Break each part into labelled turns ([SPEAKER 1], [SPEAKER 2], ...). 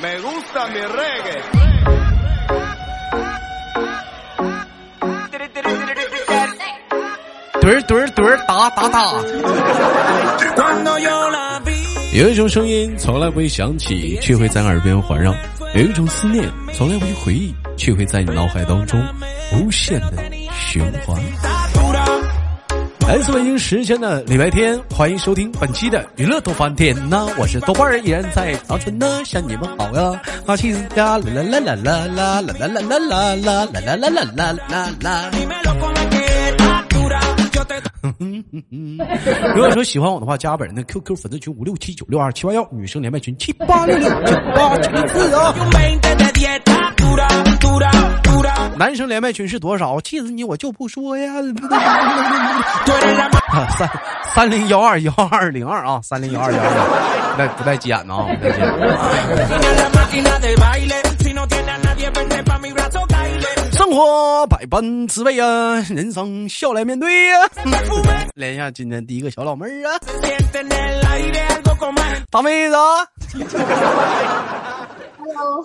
[SPEAKER 1] Me gusta mi reggae.
[SPEAKER 2] 墩儿墩儿墩儿哒哒哒。有一种声音从来不会响起，却会在耳边环绕；有一种思念从来不会回忆，却会在你脑海当中无限的循环。来自北京时间的礼拜天，欢迎收听本期的娱乐多翻天呐、我是豆瓣儿，依然在长春呢，向你们好呀！阿庆呀，啦啦啦啦啦啦啦啦啦啦啦啦啦啦啦啦啦。 如果说喜欢我的话，加本人的 QQ 粉丝群五六七九六二七八幺，女生连麦群七八六六九八七零四啊。男生连麦群是多少？气死你，我就不说呀。啊，三 三零幺二幺二零二啊，三零幺二幺二，不带不带急眼的啊，不带急眼。生活百般滋味啊，人生笑来面对呀、 连一下今天第一个小老妹儿啊，大妹子啊，
[SPEAKER 3] Hello，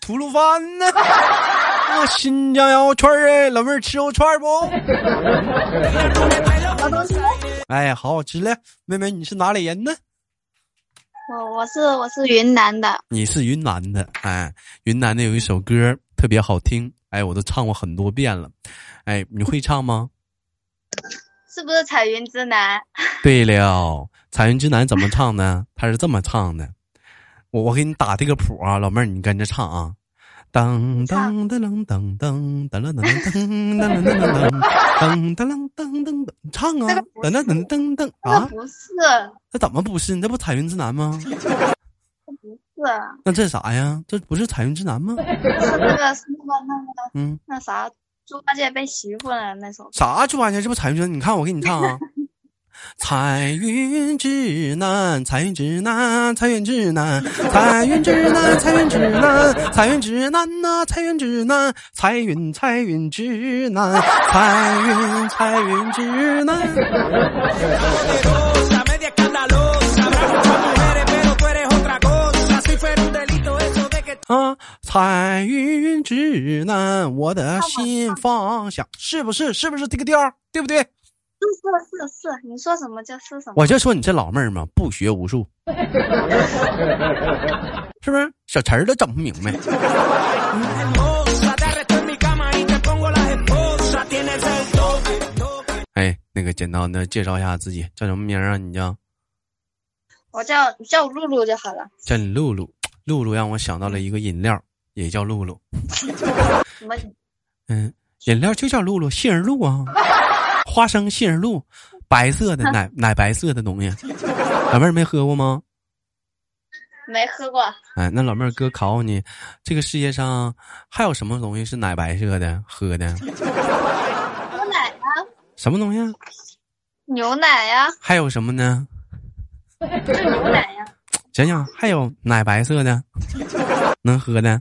[SPEAKER 2] 吐鲁番呢、啊，新疆羊肉串儿哎，老妹儿吃肉串儿不？
[SPEAKER 3] 我都是
[SPEAKER 2] 哎，好好吃嘞，妹妹你是哪里人呢？
[SPEAKER 3] 我，我是我是云南的，
[SPEAKER 2] 你是云南的，哎，云南的有一首歌特别好听，哎，我都唱过很多遍了，哎，你会唱吗？
[SPEAKER 3] 是不是彩云之南？
[SPEAKER 2] 对了，彩云之南怎么唱呢？他是这么唱的，我我给你打这个谱啊，老妹儿你跟着唱啊，噔噔噔噔噔噔噔噔噔噔噔噔噔噔噔噔噔噔噔噔，唱啊，噔噔噔噔噔
[SPEAKER 3] 那
[SPEAKER 2] 啊，
[SPEAKER 3] 不是，
[SPEAKER 2] 那怎么不是？你这不彩云之南吗？
[SPEAKER 3] 是
[SPEAKER 2] 那这啥呀？这不是彩云之南吗？
[SPEAKER 3] 是那个是那个那个
[SPEAKER 2] 嗯，
[SPEAKER 3] 那啥，猪八戒被媳妇了那首歌。
[SPEAKER 2] 啥猪八戒？这不彩云之南？你看我给你唱啊。彩云之南，彩云之南，彩云之南，彩云之南，彩云之南，彩云之南呐，彩云之啊南，彩云彩云之啊南，彩云彩云之啊南。啊，彩云之南，我的心方向，是不是？是不是这个调儿？对不对？
[SPEAKER 3] 是是是是，你说什么就是什么。
[SPEAKER 2] 我就说你这老妹儿嘛，不学无术，是不是？小词儿都整不明白。哎，那个简单的介绍一下自己，叫什么名儿啊？你叫
[SPEAKER 3] 我叫你叫我露露就好了。
[SPEAKER 2] 叫你露露，露露让我想到了一个饮料，也叫露露。
[SPEAKER 3] 什么？
[SPEAKER 2] 嗯，饮料就叫露露，杏仁露啊，花生杏仁露，白色的奶奶白色的东西。老妹儿没喝过吗？
[SPEAKER 3] 没喝过。
[SPEAKER 2] 哎，那老妹儿哥考考你，这个世界上还有什么东西是奶白色的喝的？
[SPEAKER 3] 牛奶呀、
[SPEAKER 2] 什么东西啊？
[SPEAKER 3] 牛奶呀、
[SPEAKER 2] 还有什么呢？
[SPEAKER 3] 就牛奶呀、
[SPEAKER 2] 想想还有奶白色的，能喝的。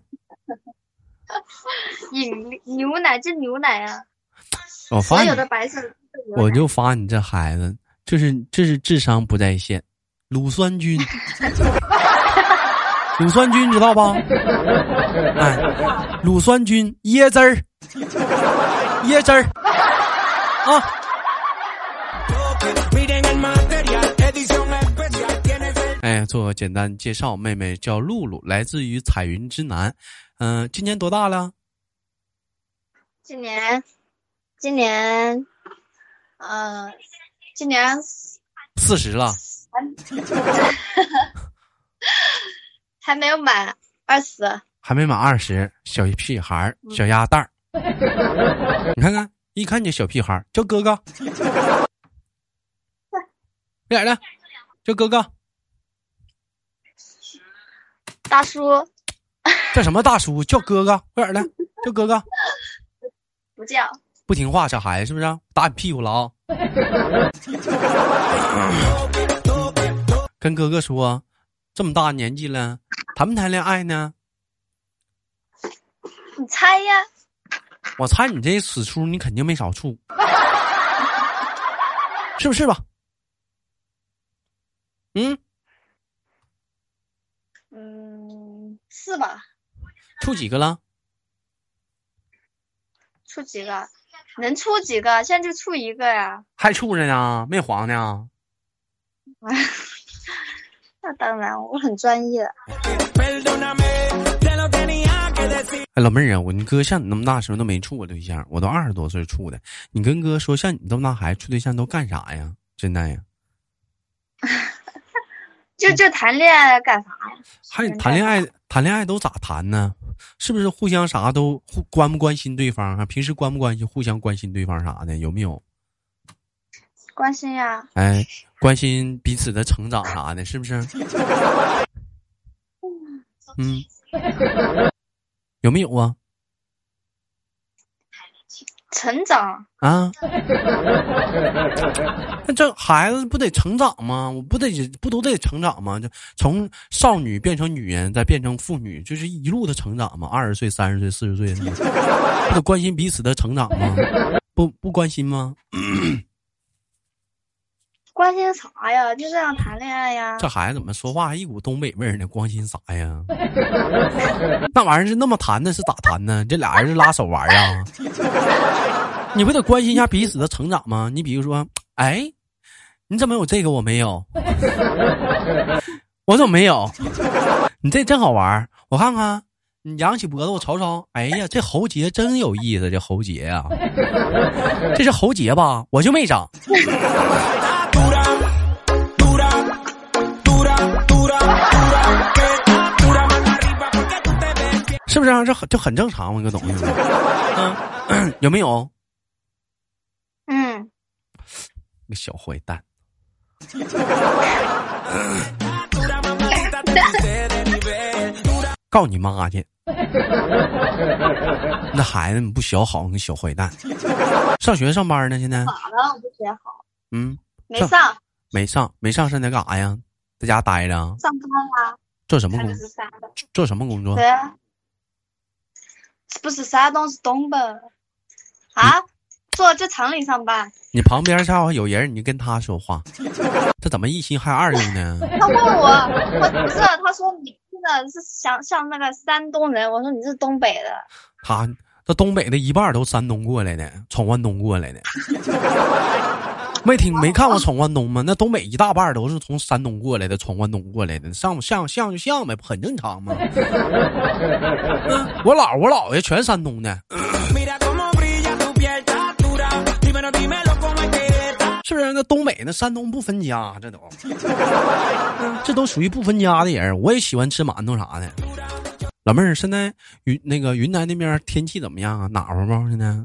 [SPEAKER 3] 饮料牛奶就牛奶呀、
[SPEAKER 2] 我
[SPEAKER 3] 所
[SPEAKER 2] 发
[SPEAKER 3] 有
[SPEAKER 2] 你
[SPEAKER 3] 的，白色的都是牛奶。
[SPEAKER 2] 我就发你这孩子，就是这是智商不在线，乳酸菌，乳酸菌知道吧？哎，乳酸菌椰汁儿，椰汁儿啊！哎，做个简单介绍，妹妹叫露露，来自于彩云之南，嗯、今年多大了？
[SPEAKER 3] 今年，今年，呃，今年
[SPEAKER 2] 四十了。
[SPEAKER 3] 还没有满二十，
[SPEAKER 2] 还没满二十，小屁孩儿，小鸭蛋儿。 你看看，一看你小屁孩儿，叫哥 哥，快点儿的，叫哥哥，
[SPEAKER 3] 大叔
[SPEAKER 2] 叫什么大叔？叫哥哥，快点儿的，叫哥哥，
[SPEAKER 3] 不叫。
[SPEAKER 2] 不听话，小孩子是不是啊？打你屁股了啊、 跟哥哥说，这么大年纪了，谈不谈恋爱呢？
[SPEAKER 3] 你猜呀？
[SPEAKER 2] 我猜你这死出你肯定没少处，是不是吧？嗯，
[SPEAKER 3] 嗯，是吧？
[SPEAKER 2] 处几个了？
[SPEAKER 3] 处几个？能处几个？现在就处一个呀。
[SPEAKER 2] 还处着呢，没黄呢。
[SPEAKER 3] 那当然，我很专业的。
[SPEAKER 2] 哎，老妹儿啊，我你哥像你那么大时候都没处过对象，我都二十多岁处的。你跟哥说像你这么大孩子处对象都干啥呀？真的呀？
[SPEAKER 3] 就就谈恋爱干啥呀？
[SPEAKER 2] 还谈恋爱，谈恋爱都咋谈呢？是不是互相啥都互关不关心对方啊？平时关不关心，互相关心对方啥的，有没有？
[SPEAKER 3] 关心呀，
[SPEAKER 2] 哎，关心彼此的成长啥的，是不是？嗯，有没有啊？
[SPEAKER 3] 成长。
[SPEAKER 2] 啊，那这孩子不得成长吗？我不得不都得成长吗？这从少女变成女人，再变成妇女，就是一路的成长嘛。二十岁、三十岁、四十岁，不得关心彼此的成长吗？不不关心吗？
[SPEAKER 3] 关心啥呀？就这样谈恋爱呀。
[SPEAKER 2] 这孩子怎么说话一股东北味儿呢？关心啥呀？ 那玩意儿是那么谈的，是咋谈呢？这俩人是拉手玩儿啊？ 你不得关心一下彼此的成长吗？你比如说，哎，你怎么有这个我没有？ 我怎么没有？你这真好玩儿，我看看。你扬起脖子，我瞅瞅。哎呀，这喉结真有意思，这喉结啊， 这是喉结吧？我就没长。是不是、啊？这很这很正常嘛，这东西。嗯， 有没有？
[SPEAKER 3] 嗯，
[SPEAKER 2] 个小坏蛋，告你妈去！ 那孩子你不学好，你个小坏蛋。上学上班呢？现在？
[SPEAKER 3] 咋了？我不学好，
[SPEAKER 2] 嗯，
[SPEAKER 3] 没上
[SPEAKER 2] 没上，没上，上在干啥呀？在家待着啊，
[SPEAKER 3] 上班啦，
[SPEAKER 2] 做什么
[SPEAKER 3] 看
[SPEAKER 2] 工
[SPEAKER 3] 的？是啥？
[SPEAKER 2] 做什么工作
[SPEAKER 3] 对？啊，不是山东，是东北。啊，坐在厂里上班。
[SPEAKER 2] 你旁边下回有人，你就跟他说话。这怎么一心还二用呢？
[SPEAKER 3] 他问我，我不是，他说你真的是像像那个山东人，我说你是东北的，
[SPEAKER 2] 他这东北的一半都山东过来的，闯关东过来的。没听没看过闯关东吗？那东北一大半都是从山东过来的，闯关东过来的，上像像就像呗，不很正常吗？ 嗯我姥我姥爷全山东的，是不是？那东北那山东不分家，这都，嗯这都属于不分家的人。我也喜欢吃馒头啥的。老妹儿，现在云那个云南那边天气怎么样啊？暖和不？现在？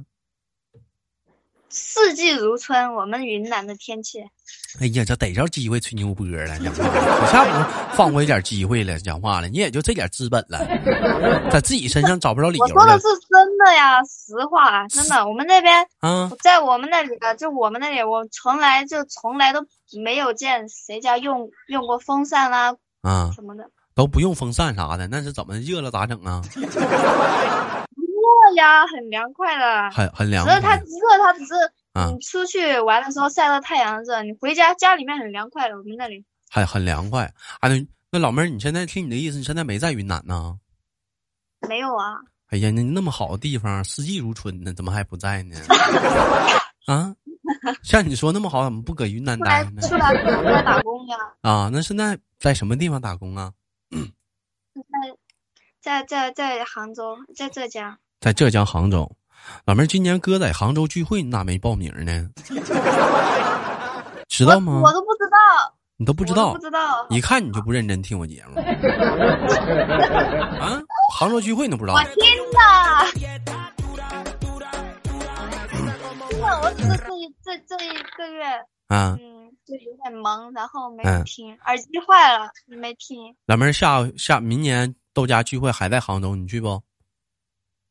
[SPEAKER 3] 四季如春。我们云南的天气，
[SPEAKER 2] 哎呀，这逮着机会吹牛波了，讲话了，可下不放过一点机会了，讲话了，你也就这点资本了，在自己身上找不着理
[SPEAKER 3] 我
[SPEAKER 2] 由
[SPEAKER 3] 说的
[SPEAKER 2] 了
[SPEAKER 3] 是真的呀，实话，啊真的。我们那边
[SPEAKER 2] 啊！
[SPEAKER 3] 在我们那里的，就我们那里，我从来就从来都没有见谁家用用过风扇啦
[SPEAKER 2] 啊，
[SPEAKER 3] 什么的。
[SPEAKER 2] 都不用风扇啥的，那是怎么热了咋整啊？
[SPEAKER 3] 热呀，很凉快的。
[SPEAKER 2] 很很凉
[SPEAKER 3] 只是它
[SPEAKER 2] 快
[SPEAKER 3] 热，它只是
[SPEAKER 2] 啊
[SPEAKER 3] 你，出去玩的时候晒到太阳热，你回家家里面很凉快的。我们那里
[SPEAKER 2] 很很凉快。哎，那那老妹儿，你现在听你的意思，你现在没在云南呢？
[SPEAKER 3] 没有啊，
[SPEAKER 2] 哎呀，那那么好的地方，四季如春呢，怎么还不在呢？ 啊，像你说那么好，怎么不搁云南
[SPEAKER 3] 出来
[SPEAKER 2] 待呢？
[SPEAKER 3] 出来出来打工呀，
[SPEAKER 2] 啊，那现在在什么地方打工啊？
[SPEAKER 3] 在在在杭州，在浙江。
[SPEAKER 2] 在浙江杭州。老妹儿，今年哥在杭州聚会，你咋没报名呢？知道吗
[SPEAKER 3] 我？都不知道，
[SPEAKER 2] 你都不知
[SPEAKER 3] 我
[SPEAKER 2] 道
[SPEAKER 3] 都不，知道。
[SPEAKER 2] 一看你就不认真听我节目啊！杭州聚会你都不知道
[SPEAKER 3] 我，听的，真的，我这这这这一个月，
[SPEAKER 2] 啊，
[SPEAKER 3] 嗯，就有点忙，然后没
[SPEAKER 2] 嗯
[SPEAKER 3] 有听，耳机坏了，没听。
[SPEAKER 2] 老妹儿下下明年豆家聚会还在杭州，你去不？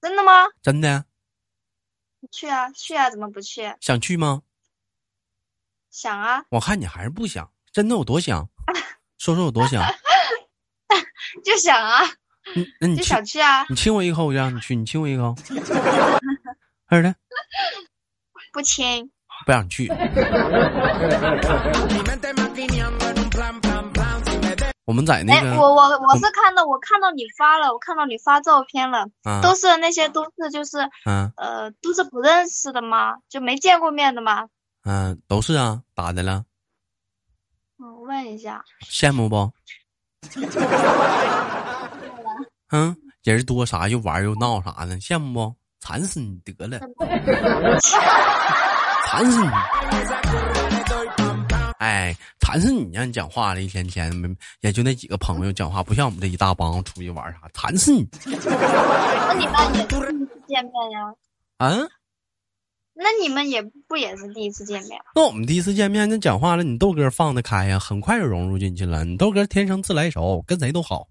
[SPEAKER 3] 真的吗？
[SPEAKER 2] 真的
[SPEAKER 3] 你去啊，去啊，怎么不去？
[SPEAKER 2] 想去吗？
[SPEAKER 3] 想啊，
[SPEAKER 2] 我看你还是不想，真的有多想，说说有 多想。
[SPEAKER 3] 就想啊，
[SPEAKER 2] 你那你
[SPEAKER 3] 就
[SPEAKER 2] 亲
[SPEAKER 3] 想去啊，
[SPEAKER 2] 你亲我一口，我就让你去，你亲我一口。二的
[SPEAKER 3] 不亲。
[SPEAKER 2] 不让你去。我们在那
[SPEAKER 3] 哎，
[SPEAKER 2] 个嗯
[SPEAKER 3] 我我我是看到我看到你发了，我看到你发照片了，
[SPEAKER 2] 啊
[SPEAKER 3] 都是那些都是就是
[SPEAKER 2] 啊
[SPEAKER 3] 呃都是不认识的吗？就没见过面的吗？
[SPEAKER 2] 啊，都是啊，咋的了？
[SPEAKER 3] 嗯，问一下，
[SPEAKER 2] 羡慕不？嗯，人多啥又玩又闹啥的，羡慕不？馋死你得了，馋死你！哎，馋死你！让你讲话了，一天天没也就那几个朋友讲话，不像我们这一大帮出去玩啥，馋死你！
[SPEAKER 3] 那你们也是第一次见面呀？
[SPEAKER 2] 啊，
[SPEAKER 3] 那你们也不也是第一次见面？
[SPEAKER 2] 那我们第一次见面，那讲话了，你豆哥放得开呀，很快就融入进去了。你豆哥天生自来熟，跟谁都好，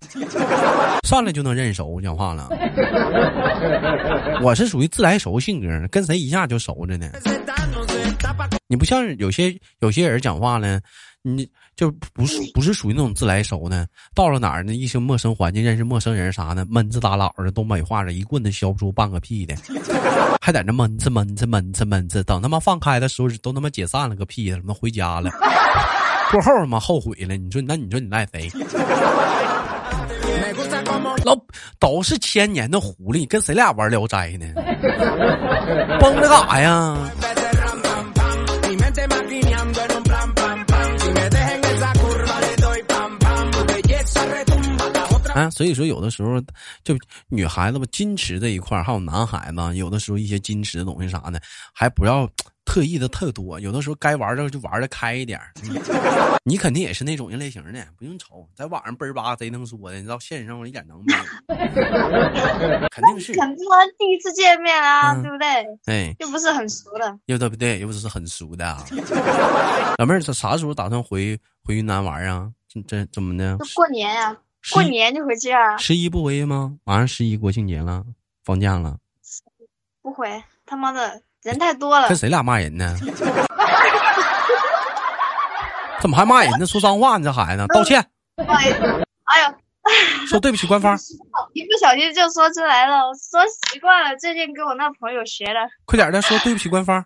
[SPEAKER 2] 上来就能认熟，讲话了。我是属于自来熟性格，跟谁一下就熟着呢。你不像有些有些人讲话呢，你就不是不是属于那种自来熟呢。到了哪儿呢，一些陌生环境认识陌生人啥的，闷子打老的，东北话的，一棍子削不出半个屁的。 还在那闷着闷着闷着闷着，等他妈放开的时候都他妈解散了个屁呀，他妈回家了。过后他妈后悔了，你说那你说你赖谁？ 老都是千年的狐狸，跟谁俩玩聊斋呢？ 崩着干啥呀？啊，所以说有的时候就女孩子吧，矜持这一块儿，还有男孩子，有的时候一些矜持的东西啥的，还不要特意的特多，有的时候该玩的就玩的开一点儿。 嗯你肯定也是那种人类型的，不用瞅，在网上倍儿吧贼能说的，你到现实生活一点能没有，肯定是，
[SPEAKER 3] 肯定啊，第一次见面啊，
[SPEAKER 2] 嗯
[SPEAKER 3] 对不对？
[SPEAKER 2] 哎，
[SPEAKER 3] 又不是很熟的，
[SPEAKER 2] 又对不对？又不是很熟的、啊。老妹儿，这啥时候打算回回云南玩儿啊？这这怎么的
[SPEAKER 3] 就？过年呀、
[SPEAKER 2] 十
[SPEAKER 3] 过
[SPEAKER 2] 一
[SPEAKER 3] 年就回去啊，
[SPEAKER 2] 十一不回吗？马上十一国庆节了，放假了。
[SPEAKER 3] 不回，他妈的人太多 了
[SPEAKER 2] 跟，谁俩骂人呢？ 怎么还骂人呢？说脏话呢？这孩子，道歉，
[SPEAKER 3] 不好意思，哎呦，
[SPEAKER 2] 说对不起官方，
[SPEAKER 3] 一不小心就说出来了，我说习惯了，最近跟我那朋友学的，
[SPEAKER 2] 快点的说对不起官方。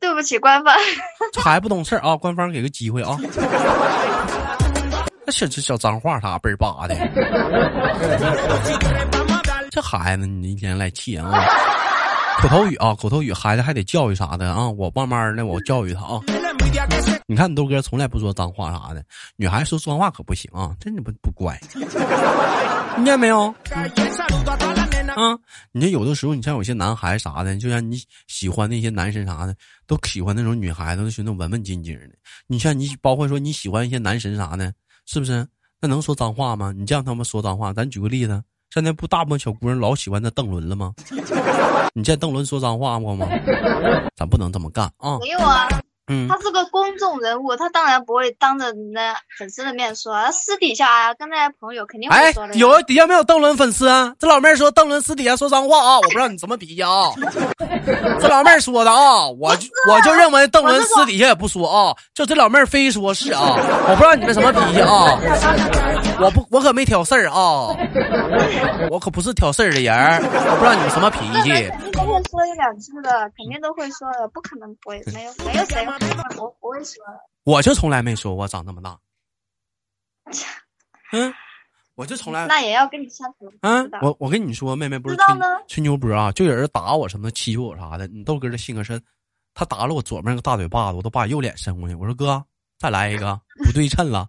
[SPEAKER 3] 对不起官方，
[SPEAKER 2] 这孩子不懂事儿啊，官方给个机会啊。 那小这小脏话啥倍儿巴的，这孩子你一天来气人啊！口头语啊，口头语孩子还得教育啥的啊，我慢慢的我教育他啊。你看你豆哥从来不说脏话啥的，女孩说脏话可不行啊，真的不不乖，听见没有？啊，你这有的时候，你像有些男孩啥的，就像你喜欢那些男神啥的，都喜欢那种女孩子，都是那种文文静静的。你像你，包括说你喜欢一些男神啥的，是不是？那能说脏话吗？你让他们说脏话，咱举个例子，现在不大部分小姑娘老喜欢那邓伦了吗？ 你见邓伦说脏话过吗？咱不能这么干啊！
[SPEAKER 3] 没有啊，
[SPEAKER 2] 嗯
[SPEAKER 3] 他是个公众人物，他当然不会当着人家粉丝的面说，私底下啊跟那些朋友肯定会
[SPEAKER 2] 哎
[SPEAKER 3] 说的，。
[SPEAKER 2] 有底下没有邓伦粉丝啊？这老妹儿说邓伦私底下说脏话啊，我不知道你怎么比呀啊。这老妹儿说的啊，我就我就认为邓伦私底下也不说啊，就这老妹儿非说是啊，我不知道你们什么脾气啊。我不，我可没挑事儿啊，我可不是挑事儿的人儿，我不知道你们什么脾气。
[SPEAKER 3] 肯定都会说一两次的，肯定都会说的，不可能不会，没有没有谁会我不会说的。
[SPEAKER 2] 我就从来没说过长那么大，嗯，我就从来
[SPEAKER 3] 那也要跟你相处。
[SPEAKER 2] 啊
[SPEAKER 3] 知道，
[SPEAKER 2] 我我跟你说，妹妹不是
[SPEAKER 3] 知道
[SPEAKER 2] 吹
[SPEAKER 3] 呢
[SPEAKER 2] 吹牛波啊，就有人打我什么的欺负我啥的。你豆哥的性格是，他打了我左面个大嘴巴子，我都把右脸伸过去。我说哥，再来一 个，不对称了。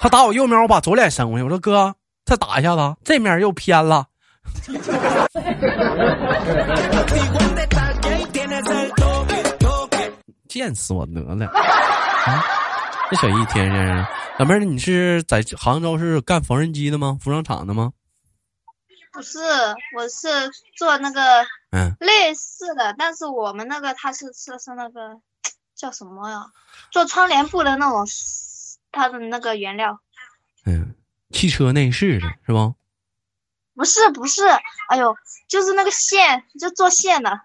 [SPEAKER 2] 他打我右面，我把左脸伸过去。我说哥，再打一下子，这面又偏了。见死我得了！啊，这小一天天，老妹儿，你是在杭州是干缝纫机的吗？服装厂的吗？
[SPEAKER 3] 不是，我是做那个
[SPEAKER 2] 嗯，
[SPEAKER 3] 类似的，但是我们那个他是是是那个叫什么呀？做窗帘布的那种，它的那个原料
[SPEAKER 2] 嗯，汽车内饰的是吧？
[SPEAKER 3] 不是不是，哎呦，就是那个线，就做线的，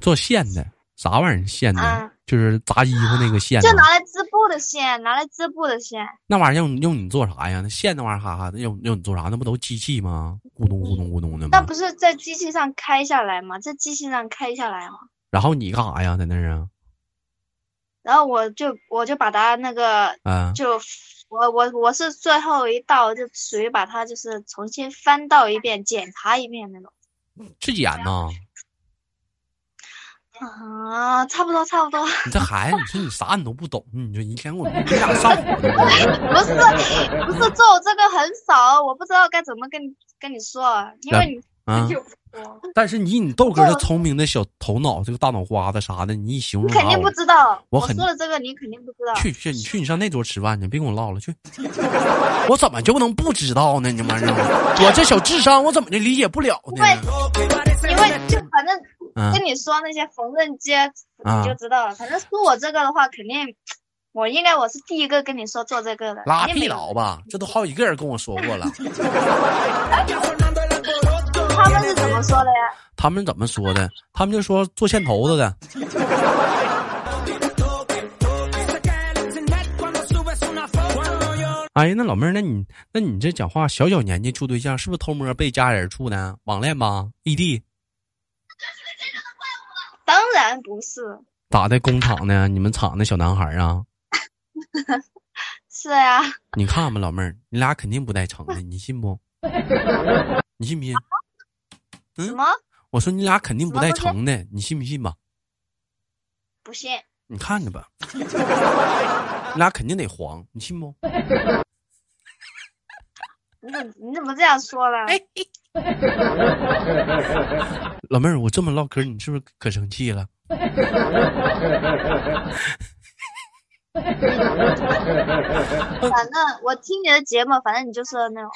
[SPEAKER 2] 做线的，啥玩意儿线的？
[SPEAKER 3] 嗯
[SPEAKER 2] 就是扎衣服那个线
[SPEAKER 3] 就
[SPEAKER 2] 吗
[SPEAKER 3] 拿来织布的线，拿来织布的线。
[SPEAKER 2] 那玩意儿用用你做啥呀？那线那玩意儿哈哈，用用你做啥？那不都机器吗？咕咚咕咚咕咚的
[SPEAKER 3] 那
[SPEAKER 2] 吗？
[SPEAKER 3] 不是在机器上开下来吗？在机器上开下来吗？
[SPEAKER 2] 然后你干啥呀？在那儿啊？
[SPEAKER 3] 然后我就我就把它那个
[SPEAKER 2] 啊，
[SPEAKER 3] 就我我我是最后一道，就属于把它就是重新翻到一遍，检查一遍那种。
[SPEAKER 2] 这演呐？
[SPEAKER 3] 啊，差不多差不多，
[SPEAKER 2] 你这孩子，你说你啥你都不懂，你说你连我们你俩上火啊了
[SPEAKER 3] 不是不是做我这个很少，我不知道该怎么跟你跟你说啊，因为你
[SPEAKER 2] 啊！
[SPEAKER 3] 就我
[SPEAKER 2] 但是你以你豆哥这聪明的小头脑，这个大脑瓜子啥的，你一形容
[SPEAKER 3] 嗯你肯
[SPEAKER 2] 啥
[SPEAKER 3] 定
[SPEAKER 2] 我
[SPEAKER 3] 不知道，
[SPEAKER 2] 啊我
[SPEAKER 3] 我
[SPEAKER 2] 很
[SPEAKER 3] 说的这个你肯定不知道。
[SPEAKER 2] 去去，你去你上那桌吃饭去，别跟我唠了。去，我怎么就能不知道呢？你妈的，我这小智商，我怎么就理解不了呢？
[SPEAKER 3] 因为就反正
[SPEAKER 2] 嗯
[SPEAKER 3] 跟你说那些缝纫机，
[SPEAKER 2] 啊
[SPEAKER 3] 你就知道了。反正说我这个的话，肯定我应该我是第一个跟你说做这个的。
[SPEAKER 2] 拉
[SPEAKER 3] 肯
[SPEAKER 2] 屁
[SPEAKER 3] 定
[SPEAKER 2] 啊
[SPEAKER 3] 没有
[SPEAKER 2] 倒吧，这都好几个人跟我说过了。
[SPEAKER 3] 他们是怎么说的呀？
[SPEAKER 2] 他们怎么说的？他们就说做线头子的，哎呀，那老妹儿，那你那你这讲话小小年纪处对象，是不是偷摸被家人处呢？网恋吧，，E 异地
[SPEAKER 3] 当然不是，
[SPEAKER 2] 咋的？工厂呢？你们厂那小男孩儿啊？
[SPEAKER 3] 是啊呀、
[SPEAKER 2] 你看吧，老妹儿，你俩肯定不带成的，你信不？你信不信？
[SPEAKER 3] 什么
[SPEAKER 2] 我说你俩肯定不带
[SPEAKER 3] 什么
[SPEAKER 2] 成的，你信不信吧？
[SPEAKER 3] 不信？
[SPEAKER 2] 你看着吧，你俩肯定得黄，你信不？
[SPEAKER 3] 你怎你怎么这样说呢？
[SPEAKER 2] 哎老妹儿，我这么唠嗑，你是不是可生气了？
[SPEAKER 3] 反正我听你的节目，反正你就是那种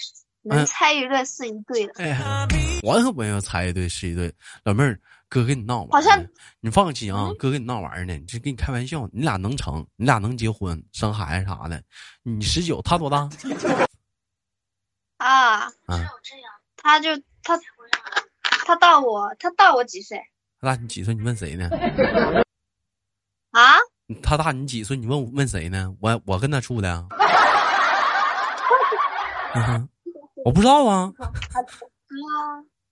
[SPEAKER 2] 嗯
[SPEAKER 3] 能猜一对是一对的。
[SPEAKER 2] 哎呀，我可没有猜一对是一对。老妹儿，哥跟你闹玩儿呢，
[SPEAKER 3] 好像嗯
[SPEAKER 2] 你放心啊，哥跟你闹玩儿呢，这跟你开玩笑，你俩能成，你俩能结婚生孩子啥的。你十九，他多大？
[SPEAKER 3] 啊，
[SPEAKER 2] 啊，
[SPEAKER 3] 他就他他大我他大我几岁
[SPEAKER 2] 他大你几岁？你问谁呢？
[SPEAKER 3] 啊？
[SPEAKER 2] 他大你几岁？你问我问谁呢？我我跟他处的啊。 嗯哼我不知道啊，
[SPEAKER 3] 啊，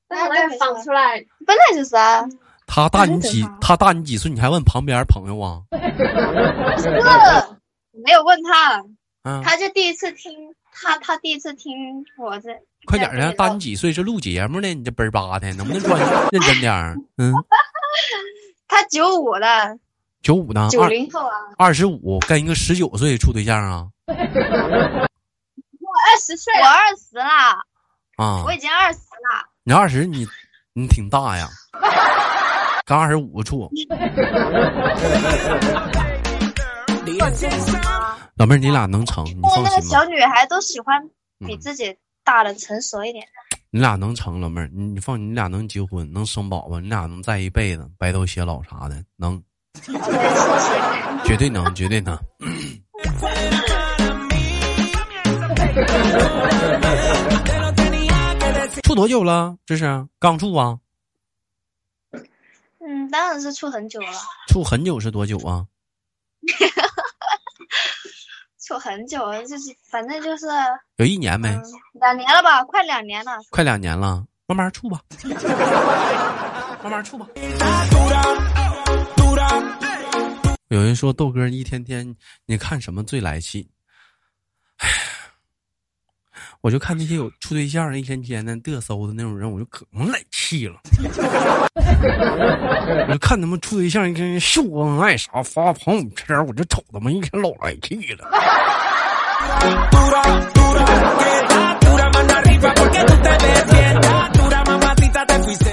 [SPEAKER 4] 那我也放出来，
[SPEAKER 3] 本来就是啊，
[SPEAKER 2] 他大你
[SPEAKER 3] 真
[SPEAKER 2] 几
[SPEAKER 3] 正常？
[SPEAKER 2] 他大你几岁？你还问旁边朋友啊？
[SPEAKER 3] 这没有问他，
[SPEAKER 2] 啊，
[SPEAKER 3] 他就第一次听他他第一次听我这，
[SPEAKER 2] 快点儿
[SPEAKER 3] 这
[SPEAKER 2] 的，
[SPEAKER 3] 样
[SPEAKER 2] 大你
[SPEAKER 3] 子
[SPEAKER 2] 几岁？这录节目呢？你这奔儿吧的，能不能专认真点儿？ 嗯，
[SPEAKER 3] 他九五了，
[SPEAKER 2] 九五呢？
[SPEAKER 3] 九
[SPEAKER 2] 二
[SPEAKER 3] 零后啊，
[SPEAKER 2] 二十五跟一个十九岁处对象啊
[SPEAKER 4] 二十岁
[SPEAKER 3] 我二十啦，
[SPEAKER 2] 啊
[SPEAKER 3] 我！已经二十啦，
[SPEAKER 2] 你二十，你你挺大 呀，跟二十五处。
[SPEAKER 3] 啊，
[SPEAKER 2] 老妹儿，你俩能成？你
[SPEAKER 3] 因为
[SPEAKER 2] 放
[SPEAKER 3] 那个
[SPEAKER 2] 心吧
[SPEAKER 3] 小，女孩都喜欢比
[SPEAKER 2] 嗯
[SPEAKER 3] 自己大的成熟一点。
[SPEAKER 2] 你俩能成，老妹儿，你你放心，你俩能结婚，能生宝宝，你俩能在一辈子，白头偕老啥的，能，
[SPEAKER 3] 好的，谢谢。
[SPEAKER 2] 绝对能，绝对能。处多久了？这是刚处啊？
[SPEAKER 3] 嗯，当然是处很久了，
[SPEAKER 2] 处很久是多久啊？
[SPEAKER 3] 处很久了，就是反正就是
[SPEAKER 2] 有一年没，
[SPEAKER 3] 嗯两年了吧，快两年了。
[SPEAKER 2] 快两年了，慢慢处吧，慢慢处吧。有人说豆哥一天天，你看什么最来气？唉，我就看那些有处对象的，一天天的嘚瑟的那种人，我就可能来气了。我就看他们处对象一天天秀恩爱啥发朋友圈儿，我就瞅他们一天老来气了。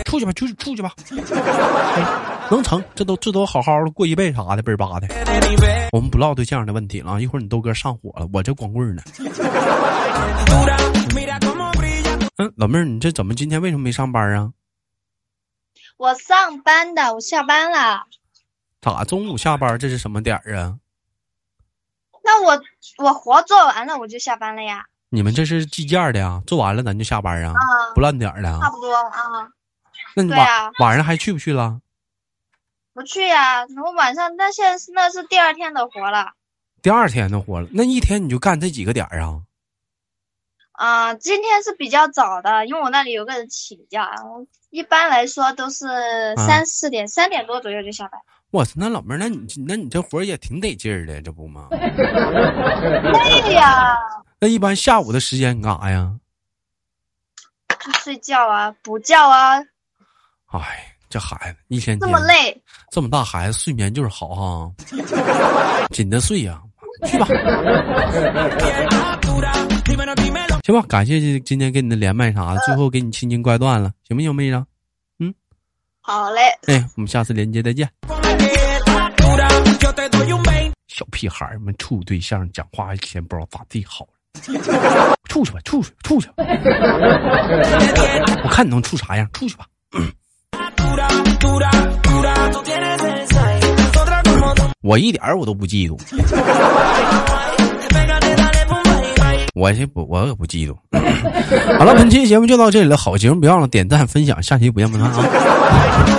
[SPEAKER 2] 出去吧，就是出去吧， 哎能成，这都这都好好的过一辈啥的，倍儿巴的。我们不唠对象的问题了啊，一会儿你豆哥上火了，我这光棍儿呢。嗯，老妹儿，你这怎么今天为什么没上班啊？
[SPEAKER 3] 我上班的，我下班了。
[SPEAKER 2] 咋中午下班？这是什么点儿啊？
[SPEAKER 3] 那我我活做完了，我就下班了呀。
[SPEAKER 2] 你们这是计件儿的呀？做完了咱就下班啊？
[SPEAKER 3] 啊，
[SPEAKER 2] 不烂点儿的
[SPEAKER 3] 差
[SPEAKER 2] 啊？
[SPEAKER 3] 不多啊，
[SPEAKER 2] 那你
[SPEAKER 3] 对
[SPEAKER 2] 晚、
[SPEAKER 3] 啊
[SPEAKER 2] 晚上还去不去了？
[SPEAKER 3] 不去呀、我晚上那现在是那是第二天的活了。
[SPEAKER 2] 第二天的活了，那一天你就干这几个点儿啊？
[SPEAKER 3] 啊、今天是比较早的，因为我那里有个人请假，我一般来说都是
[SPEAKER 2] 啊
[SPEAKER 3] 三四点、三点多左右就下班。
[SPEAKER 2] 我操，那老妹儿，那你那你这活儿也挺得劲儿的，这不吗？
[SPEAKER 3] 对呀，
[SPEAKER 2] 那一般下午的时间你干啥呀？
[SPEAKER 3] 就睡觉啊，补觉啊，
[SPEAKER 2] 哎，这孩子一天
[SPEAKER 3] 这
[SPEAKER 2] 天
[SPEAKER 3] 么累，
[SPEAKER 2] 这么大孩子睡眠就是好哈、 紧着睡呀、去吧，行吧，感谢今天跟你的连麦啥的，最后给你亲情挂断了，行不行，妹子？
[SPEAKER 3] 好嘞。
[SPEAKER 2] 哎，我们下次连接再见。小屁孩儿们处对象讲话以前不知道咋地好 了，处去吧，处去，处去吧，我看你能处啥样，处去吧。我一点儿我都不嫉妒，我这不我可不嫉妒。 好了，本期节目就到这里了，好节目别忘了点赞分享，下期不见不散啊！